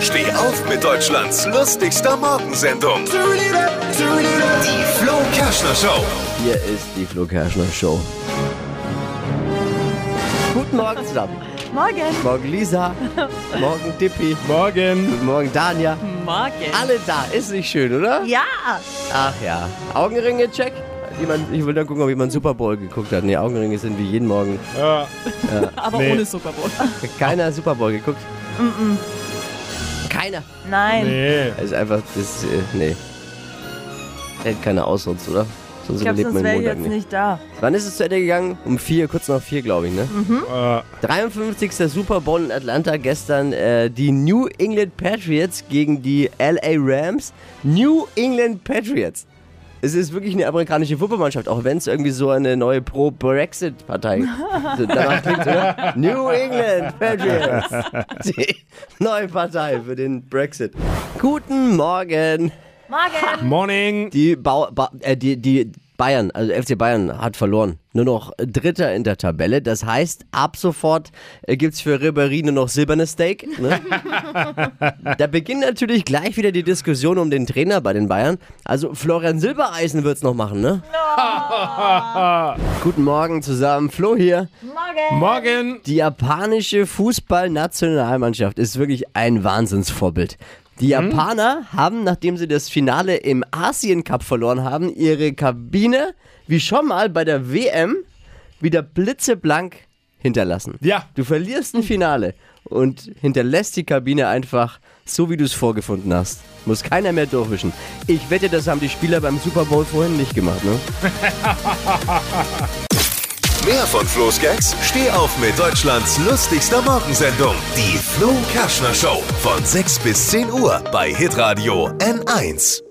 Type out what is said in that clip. Steh auf mit Deutschlands lustigster Morgensendung. Die Flo Kerschner Show. Hier ist die Flo Kerschner Show. Guten Morgen zusammen. Morgen. Morgen Lisa. Morgen Dippi. Morgen. Morgen Danja. Morgen. Alle da. Ist nicht schön, oder? Ja. Ach ja. Augenringe check. Jemand, ich wollte nur gucken, ob jemand Super Bowl geguckt hat. Nee, Augenringe sind wie jeden Morgen. Ja. Aber Nee. ohne Super Bowl. Keiner Super Bowl geguckt. Keiner. Nein. Nee. Das ist einfach, das, äh, nee. Hält keiner aus sonst, oder? Sonst Ich glaube, überlebt sonst man wäre den ich Montag jetzt nicht. nicht da. Wann ist es zu Ende gegangen? Um vier, kurz nach vier, glaube ich, ne? Äh, 53. Super Bowl in Atlanta gestern äh, die New England Patriots gegen die LA Rams. New England Patriots. Es ist wirklich eine amerikanische Fußballmannschaft, auch wenn es irgendwie so eine neue Pro-Brexit-Partei so danach klingt, oder? New England Patriots. Die neue Partei für den Brexit. Guten Morgen. Morgen. morning. Die, Bau- ba äh, die, die Bayern, also FC Bayern hat verloren. Nur noch Dritter in der Tabelle. Das heißt, ab sofort äh, gibt's für Ribéry nur noch silbernes Steak. Ne? da beginnt natürlich gleich wieder die Diskussion um den Trainer bei den Bayern. Also Florian Silbereisen wird's noch machen, ne? Guten Morgen zusammen, Flo hier. Morgen. Morgen. Die japanische Fußballnationalmannschaft ist wirklich ein Wahnsinnsvorbild. Die Japaner haben, nachdem sie das Finale im Asien-Cup verloren haben, ihre Kabine, wie schon mal bei der WM, wieder blitzeblank hinterlassen. Ja. Du verlierst ein Finale und hinterlässt die Kabine einfach so, wie du es vorgefunden hast. Muss keiner mehr durchwischen. Ich wette, das haben die Spieler beim Super Bowl vorhin nicht gemacht, ne? Mehr von Flo's Gags? Steh auf mit Deutschlands lustigster Morgensendung. Die Flo Kerschner Show. Von 6 bis 10 Uhr bei Hitradio N1.